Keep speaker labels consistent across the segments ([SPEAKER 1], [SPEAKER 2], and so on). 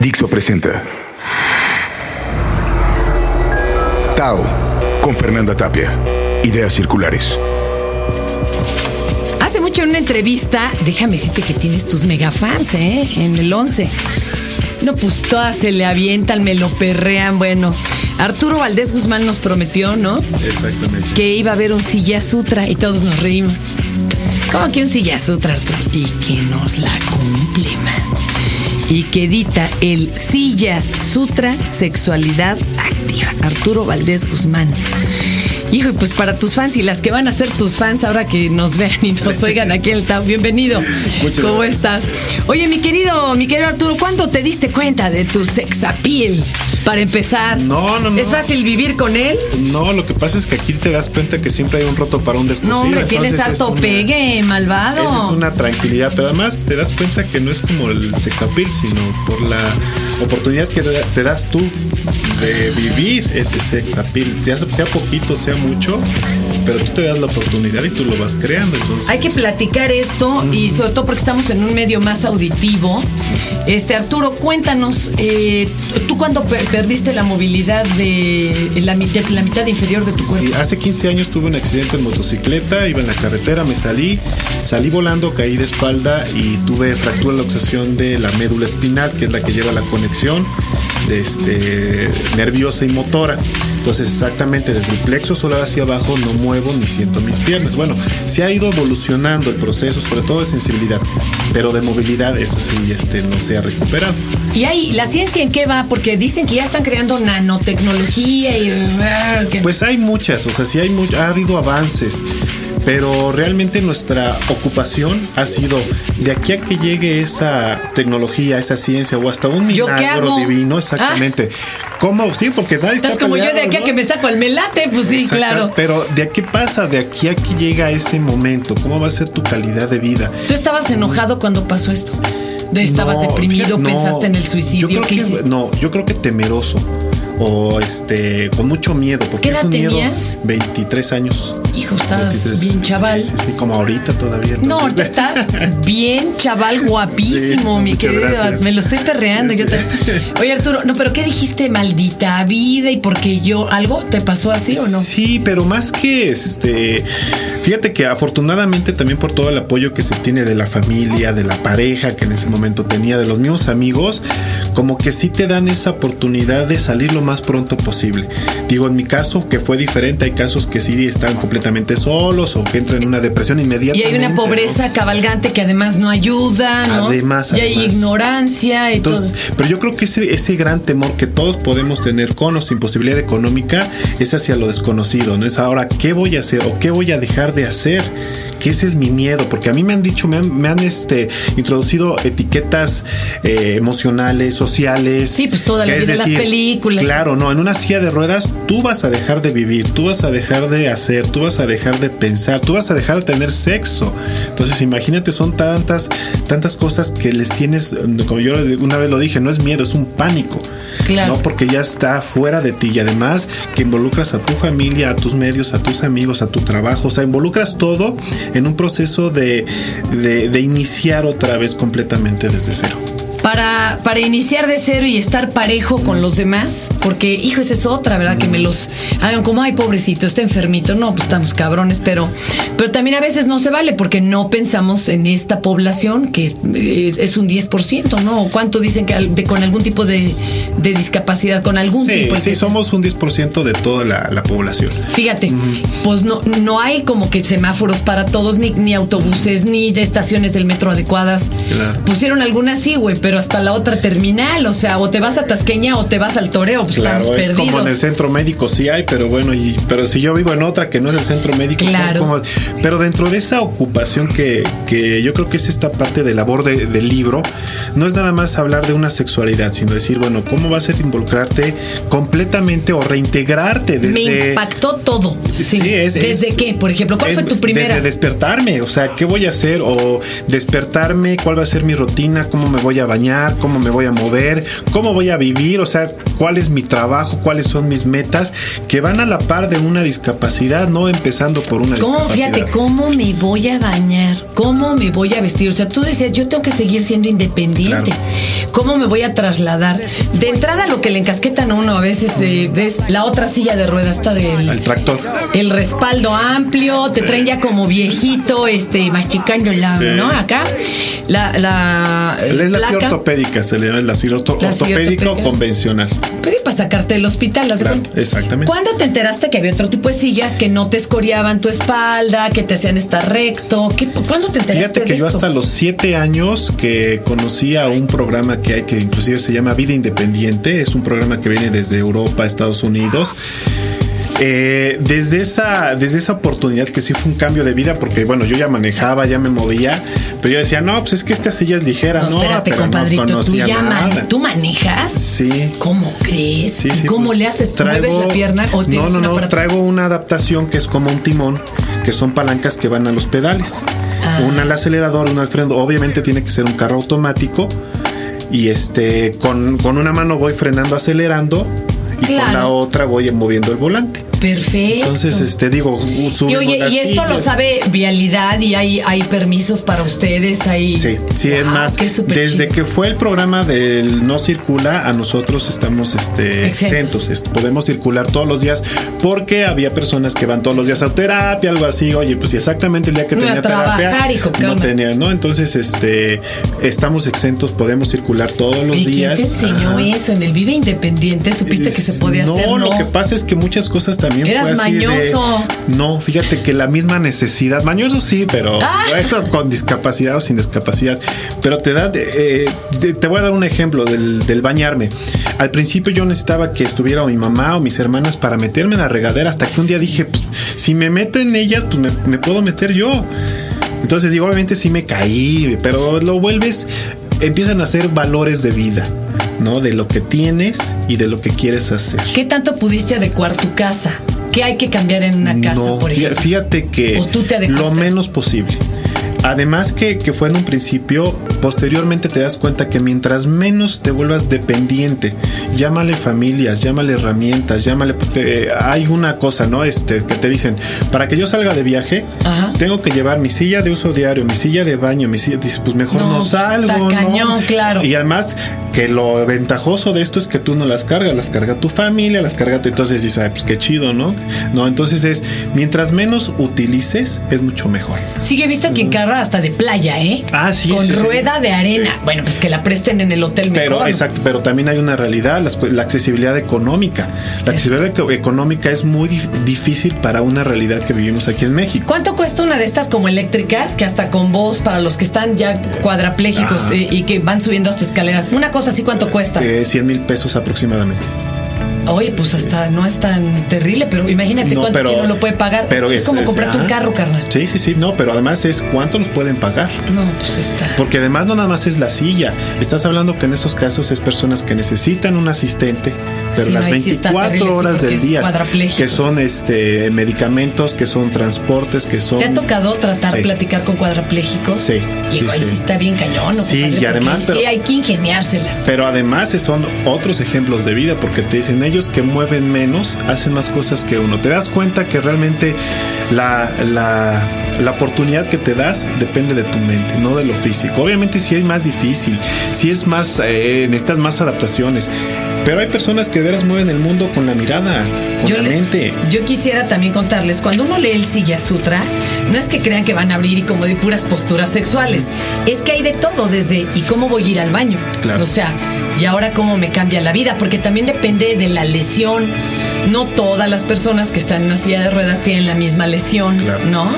[SPEAKER 1] Dixo presenta Tao con Fernanda Tapia. Ideas circulares.
[SPEAKER 2] Hace mucho en una entrevista, déjame decirte que tienes tus megafans, ¿eh? En el 11. No, pues todas se le avientan, me lo perrean. Bueno, Arturo Valdés Guzmán nos prometió, ¿no?
[SPEAKER 3] Exactamente.
[SPEAKER 2] Que iba a haber un Silla Sutra y todos nos reímos. ¿Cómo que un Silla Sutra, Arturo? Y que nos la cumple, man. Y que edita el Silla Sutra Sexualidad Activa. Arturo Valdés Guzmán. Hijo, y pues para tus fans y las que van a ser tus fans ahora que nos vean y nos oigan aquí en el TAP, bienvenido.
[SPEAKER 3] Muchas
[SPEAKER 2] ¿Cómo
[SPEAKER 3] gracias.
[SPEAKER 2] estás? Oye, mi querido, mi querido Arturo, ¿cuándo te diste cuenta de tu sex appeal? Para empezar,
[SPEAKER 3] No, no, no.
[SPEAKER 2] ¿es fácil vivir con él?
[SPEAKER 3] No, lo que pasa es que aquí te das cuenta que siempre hay un roto para un descosido.
[SPEAKER 2] No, hombre, tienes
[SPEAKER 3] Pues entonces es
[SPEAKER 2] harto
[SPEAKER 3] una-
[SPEAKER 2] pegue, malvado.
[SPEAKER 3] Esa es una tranquilidad, pero además te das cuenta que no es como el sex appeal, sino por la oportunidad que da- te das tú de vivir ese sex appeal, ya sea sea poquito, sea mucho, pero tú te das la oportunidad y tú lo vas creando, entonces.
[SPEAKER 2] Hay que platicar esto y sobre todo porque estamos en un medio más auditivo. Este Arturo, cuéntanos, eh, ¿tú cuándo per- perdiste la movilidad de la mitad, la mitad inferior de tu cuerpo?
[SPEAKER 3] Sí, hace 15 años tuve un accidente en motocicleta, iba en la carretera, me salí, salí volando, caí de espalda y tuve fractura en la oxación de la médula espinal, que es la que lleva la conexión de este, nerviosa y motora. Entonces, exactamente desde el plexo solar hacia abajo no muevo ni siento mis piernas. Bueno, se ha ido evolucionando el proceso, sobre todo de sensibilidad, pero de movilidad, eso sí, este, no se ha recuperado.
[SPEAKER 2] Y ahí, ¿la ciencia en qué va? Porque dicen que ya están creando nanotecnología y... ah, que-
[SPEAKER 3] Pues hay muchas, o sea, sí hay mu- ha habido avances, pero realmente nuestra ocupación ha sido de aquí a que llegue esa tecnología, esa ciencia o hasta un
[SPEAKER 2] ¿Yo qué
[SPEAKER 3] milagro
[SPEAKER 2] hago? Ah.
[SPEAKER 3] divino, exactamente. ¿Cómo? Sí, porque nadie está
[SPEAKER 2] Estás como yo de
[SPEAKER 3] peleado,
[SPEAKER 2] aquí a
[SPEAKER 3] ¿no?
[SPEAKER 2] que me saco el melate, pues sí,
[SPEAKER 3] Exacto,
[SPEAKER 2] claro.
[SPEAKER 3] Pero de aquí pasa, de aquí a que llega ese momento, ¿cómo va a ser tu calidad de vida?
[SPEAKER 2] ¿Tú estabas enojado cuando pasó esto? De- ¿Estabas
[SPEAKER 3] No,
[SPEAKER 2] deprimido?
[SPEAKER 3] fíjate, no.
[SPEAKER 2] ¿Pensaste en el
[SPEAKER 3] Yo
[SPEAKER 2] suicidio?
[SPEAKER 3] creo
[SPEAKER 2] ¿Qué
[SPEAKER 3] que-
[SPEAKER 2] hiciste?
[SPEAKER 3] No, yo creo que temeroso. O este, con mucho miedo,
[SPEAKER 2] ¿Qué
[SPEAKER 3] porque es
[SPEAKER 2] edad
[SPEAKER 3] un miedo.
[SPEAKER 2] tenías?
[SPEAKER 3] 23 años.
[SPEAKER 2] Hijo, estás
[SPEAKER 3] 23,
[SPEAKER 2] bien chaval.
[SPEAKER 3] Sí, sí, sí, como ahorita todavía.
[SPEAKER 2] No, ahorita
[SPEAKER 3] entonces- eh,
[SPEAKER 2] estás bien chaval, guapísimo,
[SPEAKER 3] Sí,
[SPEAKER 2] mi
[SPEAKER 3] muchas
[SPEAKER 2] querido.
[SPEAKER 3] gracias.
[SPEAKER 2] Me lo estoy perreando. yo te- Oye, Arturo, no, pero ¿qué dijiste? Maldita vida y porque yo algo te pasó así o no?
[SPEAKER 3] Sí, pero más que este. Fíjate que afortunadamente también por todo el apoyo que se tiene de la familia, de la pareja que en ese momento tenía, de los mismos amigos, como que sí te dan esa oportunidad de salir lo más pronto posible. Digo, en mi caso que fue diferente, hay casos que sí están completamente solos o que entran en una depresión inmediata.
[SPEAKER 2] Y hay una pobreza cabalgante que además no ayuda, ¿no?
[SPEAKER 3] Además,
[SPEAKER 2] y hay
[SPEAKER 3] además.
[SPEAKER 2] ignorancia y
[SPEAKER 3] Entonces,
[SPEAKER 2] todo.
[SPEAKER 3] pero yo creo que ese, ese gran temor que todos podemos tener con o sin posibilidad económica es hacia lo desconocido, ¿no? Es ahora qué voy a hacer o qué voy a dejar de hacer. Que ese es mi miedo, porque a mí me han dicho, me han, me han, este, introducido etiquetas eh, emocionales, sociales.
[SPEAKER 2] Sí, pues, toda la
[SPEAKER 3] que es
[SPEAKER 2] vida, las películas.
[SPEAKER 3] Claro, no, en una silla de ruedas tú vas a dejar de vivir, tú vas a dejar de hacer, tú vas a dejar de pensar, tú vas a dejar de tener sexo. Entonces, imagínate, son tantas, tantas cosas que les tienes, como yo una vez lo dije, no es miedo, es un pánico.
[SPEAKER 2] Claro.
[SPEAKER 3] ¿no? Porque ya está fuera de ti y además que involucras a tu familia, a tus medios, a tus amigos, a tu trabajo, o sea, involucras todo en un proceso de, de, de iniciar otra vez completamente desde cero.
[SPEAKER 2] Para, para iniciar de cero y estar parejo con los demás, porque, hijo, esa es otra, ¿verdad? Que me los hagan como, ay, pobrecito, está enfermito. No, pues estamos cabrones, pero, pero también a veces no se vale porque no pensamos en esta población que eh, es un 10%, ¿no? ¿O ¿Cuánto dicen que al- de- con algún tipo de, de discapacidad, con algún
[SPEAKER 3] sí,
[SPEAKER 2] tipo?
[SPEAKER 3] sí,
[SPEAKER 2] de-
[SPEAKER 3] somos un 10% de toda la, la población.
[SPEAKER 2] Fíjate, pues no, no hay como que semáforos para todos, ni, ni autobuses, ni de estaciones del metro adecuadas.
[SPEAKER 3] Claro.
[SPEAKER 2] Pusieron algunas sí, güey, pero hasta la otra terminal, o sea, o te vas a Tasqueña o te vas al Toreo, pues
[SPEAKER 3] Claro,
[SPEAKER 2] estamos
[SPEAKER 3] es
[SPEAKER 2] perdidos.
[SPEAKER 3] como en el centro médico sí hay, pero bueno, y, pero si yo vivo en otra que no es el centro médico, ¿cómo-
[SPEAKER 2] Claro.
[SPEAKER 3] cómo? pero dentro de esa ocupación que, que yo creo que es esta parte de labor de- del libro, no es nada más hablar de una sexualidad, sino decir, bueno, ¿cómo vas a involucrarte completamente o reintegrarte desde...
[SPEAKER 2] Me impactó todo. Sí.
[SPEAKER 3] Sí, es-
[SPEAKER 2] ¿Desde
[SPEAKER 3] es-
[SPEAKER 2] qué? Por ejemplo, ¿cuál
[SPEAKER 3] es-
[SPEAKER 2] fue tu primera?
[SPEAKER 3] Desde despertarme, o sea, ¿qué voy a hacer? O despertarme, ¿cuál va a ser mi rutina? ¿Cómo me voy a bañar? ¿Cómo me voy a mover? ¿Cómo voy a vivir? O sea, cuál es mi trabajo, cuáles son mis metas, que van a la par de una discapacidad, no empezando por una
[SPEAKER 2] ¿Cómo,
[SPEAKER 3] discapacidad.
[SPEAKER 2] Fíjate, ¿cómo me voy a bañar? ¿Cómo me voy a vestir? O sea, tú decías, yo tengo que seguir siendo independiente. ¿Cómo me voy a trasladar? De entrada, lo que le encasquetan a uno a veces eh, es la otra silla de ruedas, está del
[SPEAKER 3] Al tractor.
[SPEAKER 2] el respaldo amplio, te traen ya como viejito, este, machicando la,
[SPEAKER 3] Sí.
[SPEAKER 2] ¿no? Acá, la, la eh,
[SPEAKER 3] Es la silla
[SPEAKER 2] placa.
[SPEAKER 3] ortopédica, se le llama la silla orto-
[SPEAKER 2] La silla
[SPEAKER 3] ortopédica o
[SPEAKER 2] ortopédica.
[SPEAKER 3] convencional.
[SPEAKER 2] Pues sí, para sacarte del hospital, ¿haz de
[SPEAKER 3] Claro,
[SPEAKER 2] cuenta?
[SPEAKER 3] exactamente.
[SPEAKER 2] ¿Cuándo te enteraste que había otro tipo de sillas que no te escoriaban tu espalda, que te hacían estar recto? ¿Qué- ¿Cuándo te enteraste
[SPEAKER 3] Fíjate
[SPEAKER 2] de
[SPEAKER 3] que yo
[SPEAKER 2] esto?
[SPEAKER 3] hasta los siete años que conocí a un programa que hay que inclusive se llama Vida Independiente, es un programa que viene desde Europa, Estados Unidos. Eh, desde, esa, desde esa oportunidad que sí fue un cambio de vida, porque bueno, yo ya manejaba, ya me movía, pero yo decía, no, pues es que esta silla es ligera,
[SPEAKER 2] No,
[SPEAKER 3] no,
[SPEAKER 2] espérate,
[SPEAKER 3] pero no
[SPEAKER 2] compadrito, tú
[SPEAKER 3] conocía
[SPEAKER 2] ya
[SPEAKER 3] nada.
[SPEAKER 2] mane- ¿tú manejas?
[SPEAKER 3] Sí.
[SPEAKER 2] ¿Cómo crees?
[SPEAKER 3] Sí,
[SPEAKER 2] ¿Y
[SPEAKER 3] sí,
[SPEAKER 2] ¿Cómo
[SPEAKER 3] pues,
[SPEAKER 2] le haces? ¿Tú ¿Mueves la pierna o
[SPEAKER 3] no,
[SPEAKER 2] tienes
[SPEAKER 3] no,
[SPEAKER 2] un
[SPEAKER 3] no,
[SPEAKER 2] aparato?
[SPEAKER 3] traigo una adaptación que es como un timón, que son palancas que van a los pedales.
[SPEAKER 2] Ah.
[SPEAKER 3] Una al acelerador, una al freno. Obviamente tiene que ser un carro automático. Y este, con, con una mano voy frenando, acelerando. Y con la
[SPEAKER 2] Claro.
[SPEAKER 3] otra voy moviendo el volante.
[SPEAKER 2] Perfecto.
[SPEAKER 3] Entonces, este, digo, subo
[SPEAKER 2] y oye, y esto lo
[SPEAKER 3] gatillos.
[SPEAKER 2] sabe Vialidad y hay, hay permisos para ustedes, hay...
[SPEAKER 3] Sí, sí, es
[SPEAKER 2] Wow,
[SPEAKER 3] más.
[SPEAKER 2] qué súper
[SPEAKER 3] Desde
[SPEAKER 2] chido.
[SPEAKER 3] que fue el programa del No Circula, a nosotros estamos este,
[SPEAKER 2] Exentos.
[SPEAKER 3] exentos. est- Podemos circular todos los días porque había personas que van todos los días a terapia, algo así. Oye, pues si exactamente el día que
[SPEAKER 2] Voy a
[SPEAKER 3] tenía
[SPEAKER 2] trabajar,
[SPEAKER 3] terapia,
[SPEAKER 2] hijo,
[SPEAKER 3] no
[SPEAKER 2] calma.
[SPEAKER 3] tenía, ¿no? Entonces, este, estamos exentos, podemos circular todos los
[SPEAKER 2] ¿Y quién
[SPEAKER 3] días.
[SPEAKER 2] te enseñó
[SPEAKER 3] Ajá.
[SPEAKER 2] eso? En el Vive Independiente supiste que se podía
[SPEAKER 3] no,
[SPEAKER 2] hacer, ¿no?
[SPEAKER 3] lo que pasa es que muchas cosas también
[SPEAKER 2] Eras
[SPEAKER 3] fue así de-
[SPEAKER 2] mañoso.
[SPEAKER 3] no, fíjate que la misma necesidad, mañoso sí, pero
[SPEAKER 2] Ah.
[SPEAKER 3] eso con discapacidad o sin discapacidad, pero te da, eh, te- te voy a dar un ejemplo del, del bañarme. Al principio yo necesitaba que estuviera o mi mamá o mis hermanas para meterme en la regadera, hasta que un día dije, pues, si me meten ellas, pues me, me puedo meter yo. Entonces digo, obviamente sí me caí, pero lo vuelves, empiezan a ser valores de vida, ¿no? De lo que tienes y de lo que quieres hacer.
[SPEAKER 2] ¿Qué tanto pudiste adecuar tu casa? ¿Qué hay que cambiar en una casa,
[SPEAKER 3] No,
[SPEAKER 2] por
[SPEAKER 3] fía-
[SPEAKER 2] ejemplo?
[SPEAKER 3] Fíjate que
[SPEAKER 2] ¿O tú te adecuaste?
[SPEAKER 3] lo menos posible. Además que, que fue en un principio, posteriormente te das cuenta que mientras menos te vuelvas dependiente, llámale familias, llámale herramientas, llámale... pues, te- hay una cosa, ¿no? Este, que te dicen, para que yo salga de viaje,
[SPEAKER 2] Ajá.
[SPEAKER 3] tengo que llevar mi silla de uso diario, mi silla de baño, mi silla... Dices, pues mejor no,
[SPEAKER 2] No,
[SPEAKER 3] salgo,
[SPEAKER 2] está
[SPEAKER 3] ¿no?
[SPEAKER 2] cañón, claro.
[SPEAKER 3] Y además que lo ventajoso de esto es que tú no las cargas, las carga tu familia, las carga tu... Entonces dices, "Ay, pues qué chido, ¿no? No, entonces es, mientras menos utilices, es mucho mejor.
[SPEAKER 2] Sí, yo he visto que en carro hasta de playa, ¿eh?
[SPEAKER 3] mm. Ah, sí,
[SPEAKER 2] Con
[SPEAKER 3] sí, sí.
[SPEAKER 2] rueda de arena. Bueno, pues que la presten en el hotel
[SPEAKER 3] Pero,
[SPEAKER 2] mejor.
[SPEAKER 3] exacto, pero también hay una realidad, las cu- la, accesibilidad económica. La accesibilidad eco- económica es muy dif- difícil para una realidad que vivimos aquí en México.
[SPEAKER 2] ¿Cuánto cuesta una de estas como eléctricas que hasta con voz para los que están ya cuadraplégicos
[SPEAKER 3] Ajá.
[SPEAKER 2] eh, y que van subiendo hasta escaleras? Una cosa así, ¿cuánto cuesta?
[SPEAKER 3] Ah. Eh, 100 mil pesos aproximadamente.
[SPEAKER 2] Oye, pues hasta no es tan terrible, pero imagínate
[SPEAKER 3] No,
[SPEAKER 2] cuánto
[SPEAKER 3] pero-
[SPEAKER 2] quien no lo puede pagar.
[SPEAKER 3] pero
[SPEAKER 2] es, como comprarte un
[SPEAKER 3] ajá.
[SPEAKER 2] carro, carnal.
[SPEAKER 3] Sí, sí, sí. No, pero además es cuánto los pueden pagar.
[SPEAKER 2] No, pues está.
[SPEAKER 3] Porque además no nada más es la silla. Estás hablando que en esos casos es personas que necesitan un asistente, pero
[SPEAKER 2] Sí,
[SPEAKER 3] las
[SPEAKER 2] no, ahí sí está
[SPEAKER 3] 24
[SPEAKER 2] terrible, sí,
[SPEAKER 3] horas
[SPEAKER 2] porque
[SPEAKER 3] del
[SPEAKER 2] es
[SPEAKER 3] día,
[SPEAKER 2] cuadrapléjicos.
[SPEAKER 3] que son este medicamentos, que son transportes, que son
[SPEAKER 2] ¿Te ha tocado tratar,
[SPEAKER 3] Sí.
[SPEAKER 2] platicar con cuadraplégicos?
[SPEAKER 3] Sí,
[SPEAKER 2] Y
[SPEAKER 3] sí,
[SPEAKER 2] ahí sí
[SPEAKER 3] sí.
[SPEAKER 2] está bien cañón. ¿no,
[SPEAKER 3] Sí,
[SPEAKER 2] compadre?
[SPEAKER 3] y
[SPEAKER 2] Porque ahí
[SPEAKER 3] además,
[SPEAKER 2] Sí,
[SPEAKER 3] pero-
[SPEAKER 2] hay que ingeniárselas.
[SPEAKER 3] Pero además son otros ejemplos de vida porque te dicen ellos que mueven menos, hacen más cosas que uno. Te das cuenta que realmente la, la, la oportunidad que te das depende de tu mente, no de lo físico. Obviamente si es más difícil, si es más, eh, necesitas más adaptaciones. Pero hay personas que de veras mueven el mundo con la mirada, con la
[SPEAKER 2] le-
[SPEAKER 3] mente.
[SPEAKER 2] yo quisiera también contarles, cuando uno lee el Silla Sutra, no es que crean que van a abrir y como de puras posturas sexuales, es que hay de todo, desde y cómo voy a ir al baño.
[SPEAKER 3] Claro.
[SPEAKER 2] O sea, y ahora cómo me cambia la vida, porque también depende de la lesión. No todas las personas que están en una silla de ruedas tienen la misma lesión,
[SPEAKER 3] Claro.
[SPEAKER 2] ¿no?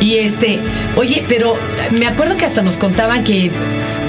[SPEAKER 2] Y este, oye, pero me acuerdo que hasta nos contaban que,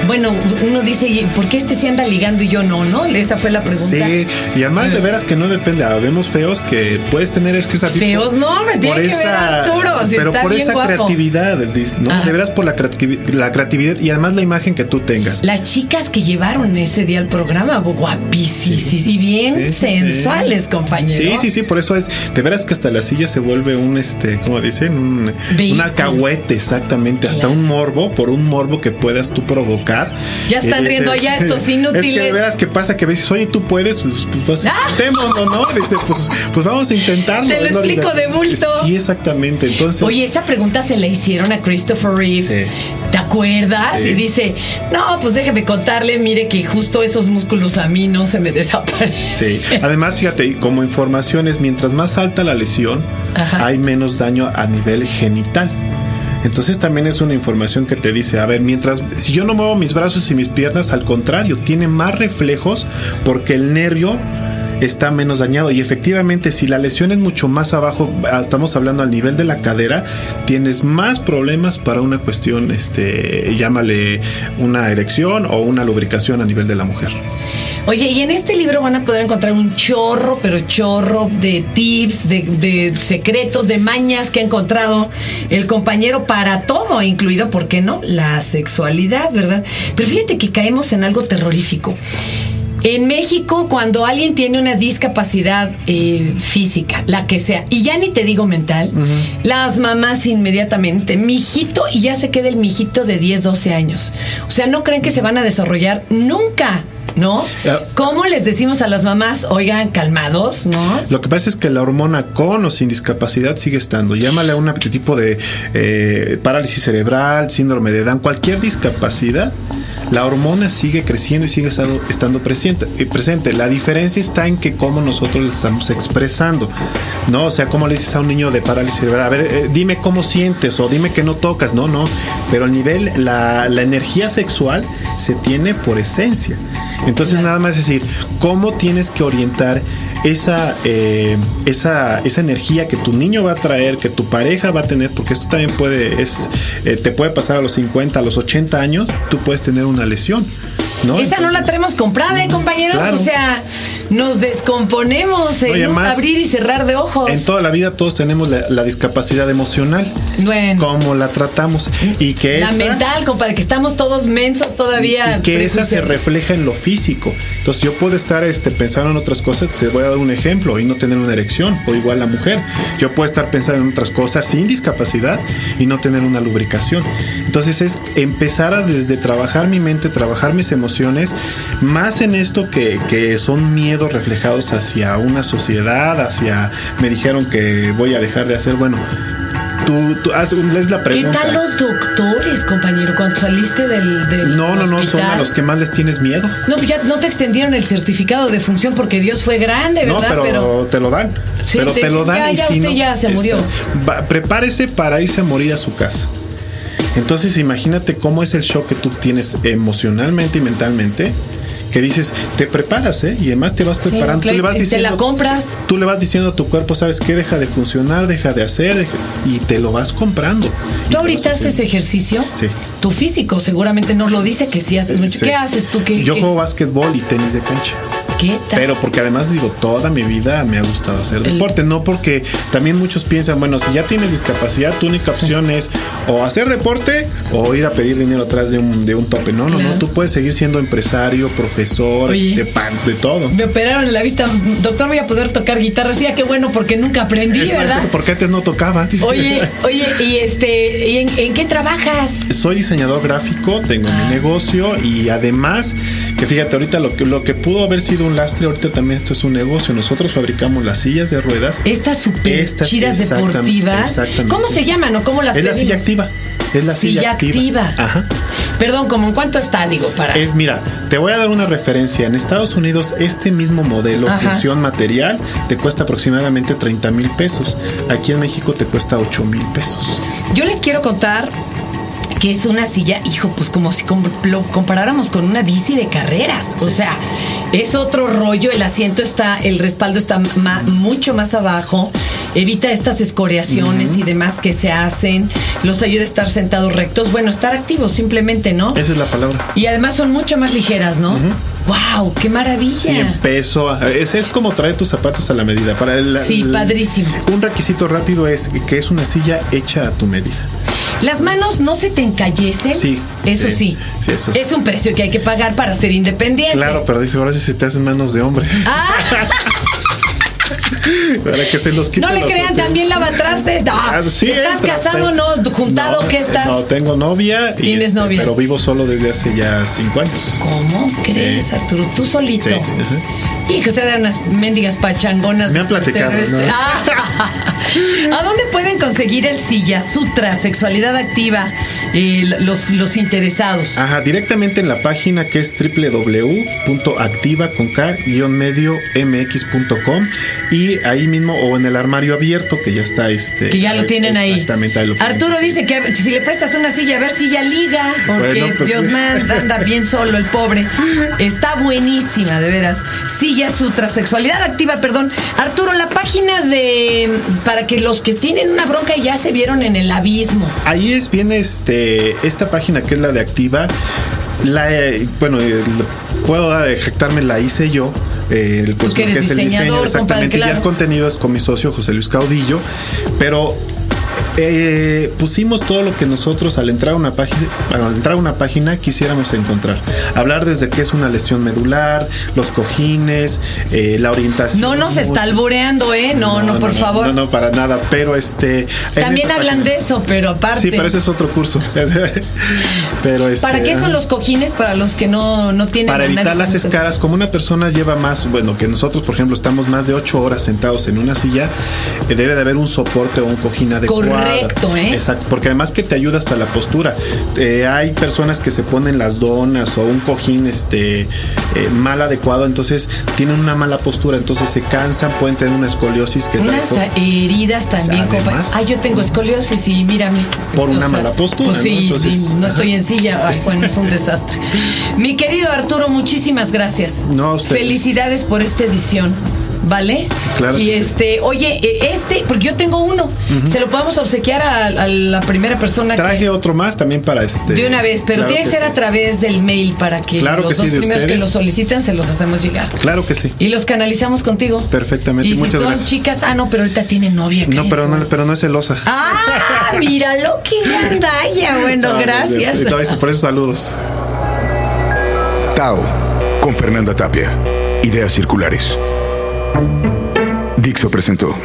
[SPEAKER 2] bueno, uno dice, "¿Y ¿por qué este se anda ligando y yo no, no? Esa fue la pregunta.
[SPEAKER 3] Sí, y además de veras que no depende. Habemos feos que puedes tener es que esa
[SPEAKER 2] Feos no, hombre, tiene que ver Arturo, si
[SPEAKER 3] pero
[SPEAKER 2] está
[SPEAKER 3] por
[SPEAKER 2] bien
[SPEAKER 3] esa
[SPEAKER 2] guapo. Ah.
[SPEAKER 3] creatividad, dis- ¿no?
[SPEAKER 2] Ajá.
[SPEAKER 3] De veras por la, creativi- la creatividad y además la imagen que tú tengas.
[SPEAKER 2] Las chicas que llevaron ese día al programa, guapísimas y bien
[SPEAKER 3] Sí, sí,
[SPEAKER 2] sensuales,
[SPEAKER 3] sí.
[SPEAKER 2] compañero.
[SPEAKER 3] Sí, sí, sí, por eso es, de veras que hasta la silla se vuelve un este, como dicen, un,
[SPEAKER 2] Vehículo.
[SPEAKER 3] un alcahuete, exactamente, hasta
[SPEAKER 2] Claro.
[SPEAKER 3] un morbo, por un morbo que puedas tú provocar manejar.
[SPEAKER 2] Ya están
[SPEAKER 3] Y
[SPEAKER 2] riendo allá estos
[SPEAKER 3] Es que de
[SPEAKER 2] inútiles.
[SPEAKER 3] veras que pasa que a veces, oye, tú puedes, pues, pues, pues,
[SPEAKER 2] Ah.
[SPEAKER 3] intentémoslo, ¿no? Dice, pues, pues vamos a intentarlo.
[SPEAKER 2] Te lo
[SPEAKER 3] es
[SPEAKER 2] explico
[SPEAKER 3] divertido.
[SPEAKER 2] de bulto.
[SPEAKER 3] Sí, exactamente. Entonces,
[SPEAKER 2] Oye, esa pregunta se la hicieron a Christopher Reeve.
[SPEAKER 3] Sí.
[SPEAKER 2] ¿Te acuerdas?
[SPEAKER 3] Sí.
[SPEAKER 2] Y dice, no, pues déjeme contarle, mire que justo esos músculos a mí no se me
[SPEAKER 3] Sí.
[SPEAKER 2] desaparecen.
[SPEAKER 3] Además, fíjate, y como información es mientras más alta la lesión,
[SPEAKER 2] Ajá.
[SPEAKER 3] hay menos daño a nivel genital. Entonces también es una información que te dice, a ver, mientras si yo no muevo mis brazos y mis piernas, al contrario, tiene más reflejos porque el nervio está menos dañado y efectivamente si la lesión es mucho más abajo, ah, estamos hablando al nivel de la cadera, tienes más problemas para una cuestión este llámale una erección o una lubricación a nivel de la mujer.
[SPEAKER 2] Oye, y en este libro van a poder encontrar un chorro, pero chorro de tips, de, de secretos, de mañas que ha encontrado el compañero para todo, incluido, ¿por qué no? La sexualidad, ¿verdad? Pero fíjate que caemos en algo terrorífico. En México, cuando alguien tiene una discapacidad eh, física, la que sea, y ya ni te digo mental, las mamás inmediatamente, mijito, y ya se queda el mijito de 10, 12 años. O sea, no creen que se van a desarrollar nunca, ¿no?
[SPEAKER 3] Ah.
[SPEAKER 2] ¿Cómo les decimos a las mamás, oigan, calmados, no?
[SPEAKER 3] Lo que pasa es que la hormona con o sin discapacidad sigue estando. Llámale a un tipo de eh, parálisis cerebral, síndrome de Down, cualquier discapacidad. La hormona sigue creciendo y sigue estado- estando presente, eh, presente. La diferencia está en que cómo nosotros la estamos expresando. ¿no? O sea, cómo le dices a un niño de parálisis cerebral, a ver, eh, dime cómo sientes o dime que no tocas. No, no. Pero el nivel, la, la energía sexual se tiene por esencia. Entonces, nada más decir, ¿cómo tienes que orientar esa, eh, esa, esa energía que tu niño va a traer, que tu pareja va a tener, porque esto también puede, es, eh, te puede pasar a los 50, a los 80 años, tú puedes tener una lesión. ¿no?
[SPEAKER 2] Esa no la
[SPEAKER 3] Entonces,
[SPEAKER 2] tenemos comprada, ¿eh, compañeros?
[SPEAKER 3] Claro.
[SPEAKER 2] O sea, nos descomponemos
[SPEAKER 3] No, y
[SPEAKER 2] en un
[SPEAKER 3] además,
[SPEAKER 2] abrir y cerrar de ojos.
[SPEAKER 3] En toda la vida todos tenemos la, la discapacidad emocional,
[SPEAKER 2] bueno.
[SPEAKER 3] cómo la tratamos y que
[SPEAKER 2] La
[SPEAKER 3] esa,
[SPEAKER 2] mental, compadre, que estamos todos mensos todavía.
[SPEAKER 3] y que esa se
[SPEAKER 2] prejuiciosos.
[SPEAKER 3] refleja en lo físico. Entonces yo puedo estar este, pensando en otras cosas, te voy a dar un ejemplo, y no tener una erección, o igual la mujer. Yo puedo estar pensando en otras cosas sin discapacidad y no tener una lubricación. Entonces es empezar a desde trabajar mi mente, trabajar mis emociones, más en esto que, que son miedos reflejados hacia una sociedad, hacia, me dijeron que voy a dejar de hacer, bueno. Tú, tú haz, es la
[SPEAKER 2] ¿Qué
[SPEAKER 3] pregunta.
[SPEAKER 2] tal los doctores, compañero? Cuando saliste del, del
[SPEAKER 3] no, no, no, son
[SPEAKER 2] hospital?
[SPEAKER 3] a los que más les tienes miedo.
[SPEAKER 2] No, pues ya no te extendieron el certificado de función porque Dios fue grande,
[SPEAKER 3] No,
[SPEAKER 2] ¿verdad?
[SPEAKER 3] pero, te lo dan.
[SPEAKER 2] Sí,
[SPEAKER 3] pero
[SPEAKER 2] te
[SPEAKER 3] te, lo
[SPEAKER 2] dicen, ya,
[SPEAKER 3] dan. y
[SPEAKER 2] ya,
[SPEAKER 3] si
[SPEAKER 2] usted
[SPEAKER 3] no,
[SPEAKER 2] ya se murió.
[SPEAKER 3] esa- va- prepárese para irse a morir a su casa. Entonces, imagínate cómo es el shock que tú tienes emocionalmente y mentalmente. Que dices, te preparas, ¿eh? Y además te vas
[SPEAKER 2] Sí,
[SPEAKER 3] preparando.
[SPEAKER 2] claro,
[SPEAKER 3] tú le vas
[SPEAKER 2] te
[SPEAKER 3] diciendo.
[SPEAKER 2] la compras.
[SPEAKER 3] Tú le vas diciendo a tu cuerpo, ¿sabes qué? Deja de funcionar, deja de hacer, deja- y te lo vas comprando. Y
[SPEAKER 2] ¿Tú
[SPEAKER 3] lo
[SPEAKER 2] ahorita
[SPEAKER 3] vas
[SPEAKER 2] haces
[SPEAKER 3] haciendo.
[SPEAKER 2] ejercicio?
[SPEAKER 3] Sí.
[SPEAKER 2] Tu físico seguramente nos lo dice que sí haces mucho.
[SPEAKER 3] Sí.
[SPEAKER 2] ¿Qué haces tú? ¿Qué,
[SPEAKER 3] Yo
[SPEAKER 2] qué-
[SPEAKER 3] juego básquetbol y tenis de cancha.
[SPEAKER 2] qué tal?
[SPEAKER 3] Pero porque además digo, toda mi vida me ha gustado hacer
[SPEAKER 2] El-
[SPEAKER 3] deporte, no porque también muchos piensan, bueno, si ya tienes discapacidad, tu única opción es o hacer deporte o ir a pedir dinero atrás de un, de un tope. No, no,
[SPEAKER 2] Claro.
[SPEAKER 3] no, tú puedes seguir siendo empresario, profesor,
[SPEAKER 2] Oye.
[SPEAKER 3] este, pan- de todo.
[SPEAKER 2] Me operaron en la vista. Doctor, voy a poder tocar guitarra. Sí, ah, qué bueno, porque nunca aprendí,
[SPEAKER 3] Exacto,
[SPEAKER 2] ¿verdad?
[SPEAKER 3] porque antes no tocaba.
[SPEAKER 2] Oye, oye, y este, ¿y en, en qué trabajas?
[SPEAKER 3] soy diseñador gráfico, tengo
[SPEAKER 2] Ah.
[SPEAKER 3] mi negocio y además, que fíjate, ahorita lo que, lo que pudo haber sido un lastre, ahorita también esto es un negocio. Nosotros fabricamos las sillas de ruedas.
[SPEAKER 2] Estas super
[SPEAKER 3] Estas,
[SPEAKER 2] chidas
[SPEAKER 3] exactam-
[SPEAKER 2] deportivas.
[SPEAKER 3] exactamente.
[SPEAKER 2] ¿Cómo se llaman o cómo las
[SPEAKER 3] es la silla
[SPEAKER 2] pedimos?
[SPEAKER 3] activa. Es la silla,
[SPEAKER 2] Silla activa.
[SPEAKER 3] Ajá.
[SPEAKER 2] Perdón, ¿cómo en cuánto está? Digo, para.
[SPEAKER 3] Es, mira, te voy a dar una referencia. En Estados Unidos, este mismo modelo,
[SPEAKER 2] Ajá.
[SPEAKER 3] función material, te cuesta aproximadamente 30 mil pesos. Aquí en México te cuesta 8 mil pesos.
[SPEAKER 2] Yo les quiero contar que es una silla, hijo, pues como si com- lo comparáramos con una bici de carreras. O sea, es otro rollo, el asiento está, el respaldo está ma- mucho más abajo, evita estas escoriaciones y demás que se hacen, los ayuda a estar sentados rectos, bueno, estar activos simplemente, ¿no?
[SPEAKER 3] Esa es la palabra.
[SPEAKER 2] Y además son mucho más ligeras, ¿no? ¡Wow! ¡Qué maravilla!
[SPEAKER 3] Sí, en peso. Es, es como traer tus zapatos a la medida. Para el-
[SPEAKER 2] Sí,
[SPEAKER 3] el-
[SPEAKER 2] padrísimo.
[SPEAKER 3] Un requisito rápido es que es una silla hecha a tu medida.
[SPEAKER 2] Las manos no se te encallecen.
[SPEAKER 3] Sí,
[SPEAKER 2] Eso sí.
[SPEAKER 3] sí, sí, eso sí.
[SPEAKER 2] es un precio que hay que pagar para ser independiente.
[SPEAKER 3] Claro, pero dice, ahora sí se te hacen manos de hombre.
[SPEAKER 2] Ah.
[SPEAKER 3] Para que se los quiten
[SPEAKER 2] No le
[SPEAKER 3] los
[SPEAKER 2] crean,
[SPEAKER 3] otros.
[SPEAKER 2] también lavatrastes. No,
[SPEAKER 3] Ah, sí,
[SPEAKER 2] ¿Estás
[SPEAKER 3] entra,
[SPEAKER 2] casado o
[SPEAKER 3] pero-
[SPEAKER 2] no? ¿Juntado
[SPEAKER 3] No,
[SPEAKER 2] qué
[SPEAKER 3] eh,
[SPEAKER 2] estás?
[SPEAKER 3] No, tengo novia. y, este,
[SPEAKER 2] ¿Tienes novia?
[SPEAKER 3] Pero vivo solo desde hace ya cinco años.
[SPEAKER 2] ¿Cómo crees, Arturo? Tú solito.
[SPEAKER 3] Sí, sí,
[SPEAKER 2] Y que se dan unas mendigas pachangonas.
[SPEAKER 3] Me han platicado,
[SPEAKER 2] extraterrestres.
[SPEAKER 3] ¿no?
[SPEAKER 2] Ah, ¿A dónde pueden conseguir el Silla Sutra, sexualidad activa, eh, los, los interesados?
[SPEAKER 3] Ajá, directamente en la página que es www.activa-mx.com y ahí mismo o en el armario abierto que ya está este
[SPEAKER 2] que ya lo tienen ahí.
[SPEAKER 3] Exactamente, ahí lo pueden
[SPEAKER 2] Arturo
[SPEAKER 3] conseguir.
[SPEAKER 2] dice que si le prestas una silla, a ver si ya liga, porque
[SPEAKER 3] Bueno, pues
[SPEAKER 2] Dios
[SPEAKER 3] sí.
[SPEAKER 2] manda, anda bien solo el pobre. Está buenísima, de veras. Silla Sutra, sexualidad activa, perdón. Arturo, la página de para que los que tienen una bronca y ya se vieron en el abismo.
[SPEAKER 3] Ahí es bien este esta página que es la de Activa. La eh, bueno, eh, la- puedo dar- eh, jactarme la hice yo. eh, el- pues,
[SPEAKER 2] que
[SPEAKER 3] lo
[SPEAKER 2] eres diseñador, compadre,
[SPEAKER 3] exactamente. Y
[SPEAKER 2] claro.
[SPEAKER 3] el contenido es con mi socio José Luis Caudillo, pero eh, pusimos todo lo que nosotros al entrar a una página, al entrar a una página quisiéramos encontrar. Hablar desde qué es una lesión medular, los cojines, eh, la orientación.
[SPEAKER 2] No nos está alboreando, ¿eh? No, no, por favor.
[SPEAKER 3] No, no, para nada. Pero este. en
[SPEAKER 2] También
[SPEAKER 3] esta
[SPEAKER 2] hablan
[SPEAKER 3] página-
[SPEAKER 2] de eso, pero aparte.
[SPEAKER 3] Sí, pero ese es otro curso. pero este,
[SPEAKER 2] ¿Para qué son los cojines para los que no, no tienen
[SPEAKER 3] Para
[SPEAKER 2] a nadie
[SPEAKER 3] evitar
[SPEAKER 2] con
[SPEAKER 3] las
[SPEAKER 2] nosotros?
[SPEAKER 3] escaras, como una persona lleva más, bueno, que nosotros, por ejemplo, estamos más de ocho horas sentados en una silla, eh, debe de haber un soporte o un cojín adecuado.
[SPEAKER 2] Correcto, ¿eh?
[SPEAKER 3] Exacto, porque además que te ayuda hasta la postura. Eh, hay personas que se ponen las donas o un cojín este, eh, mal adecuado, entonces tienen una mala postura, entonces se cansan, pueden tener una escoliosis que
[SPEAKER 2] Unas
[SPEAKER 3] tal-
[SPEAKER 2] heridas también, compa.
[SPEAKER 3] Además.
[SPEAKER 2] Ah, yo tengo escoliosis y mírame.
[SPEAKER 3] Por una mala postura,
[SPEAKER 2] Pues
[SPEAKER 3] ¿no?
[SPEAKER 2] sí,
[SPEAKER 3] Entonces,
[SPEAKER 2] y no
[SPEAKER 3] ajá.
[SPEAKER 2] estoy en silla. Ay, bueno, es un desastre. Mi querido Arturo, muchísimas gracias.
[SPEAKER 3] No, a ustedes.
[SPEAKER 2] Felicidades por esta edición. ¿Vale?
[SPEAKER 3] Claro
[SPEAKER 2] Y
[SPEAKER 3] que sí.
[SPEAKER 2] este, oye, eh, este, porque yo tengo uno. Se lo podemos obsequiar a, a la primera persona
[SPEAKER 3] Traje
[SPEAKER 2] que.
[SPEAKER 3] otro más también para este.
[SPEAKER 2] De una vez, pero
[SPEAKER 3] Claro
[SPEAKER 2] tiene que ser
[SPEAKER 3] sí.
[SPEAKER 2] a través del mail para que
[SPEAKER 3] Claro
[SPEAKER 2] los
[SPEAKER 3] que sí,
[SPEAKER 2] dos
[SPEAKER 3] de
[SPEAKER 2] primeros que
[SPEAKER 3] ustedes.
[SPEAKER 2] lo solicitan se los hacemos llegar.
[SPEAKER 3] Claro que sí.
[SPEAKER 2] Y los canalizamos contigo.
[SPEAKER 3] Perfectamente,
[SPEAKER 2] Y si
[SPEAKER 3] muchas
[SPEAKER 2] son
[SPEAKER 3] gracias.
[SPEAKER 2] chicas, ah, no, pero ahorita tiene novia.
[SPEAKER 3] No,
[SPEAKER 2] ¿crees?
[SPEAKER 3] pero no, pero no es celosa.
[SPEAKER 2] Ah, mira lo que gandalla. Bueno,
[SPEAKER 3] No,
[SPEAKER 2] gracias.
[SPEAKER 3] no, no, Por eso saludos.
[SPEAKER 1] Tao, con Fernanda Tapia. Ideas circulares. Dixo presentó.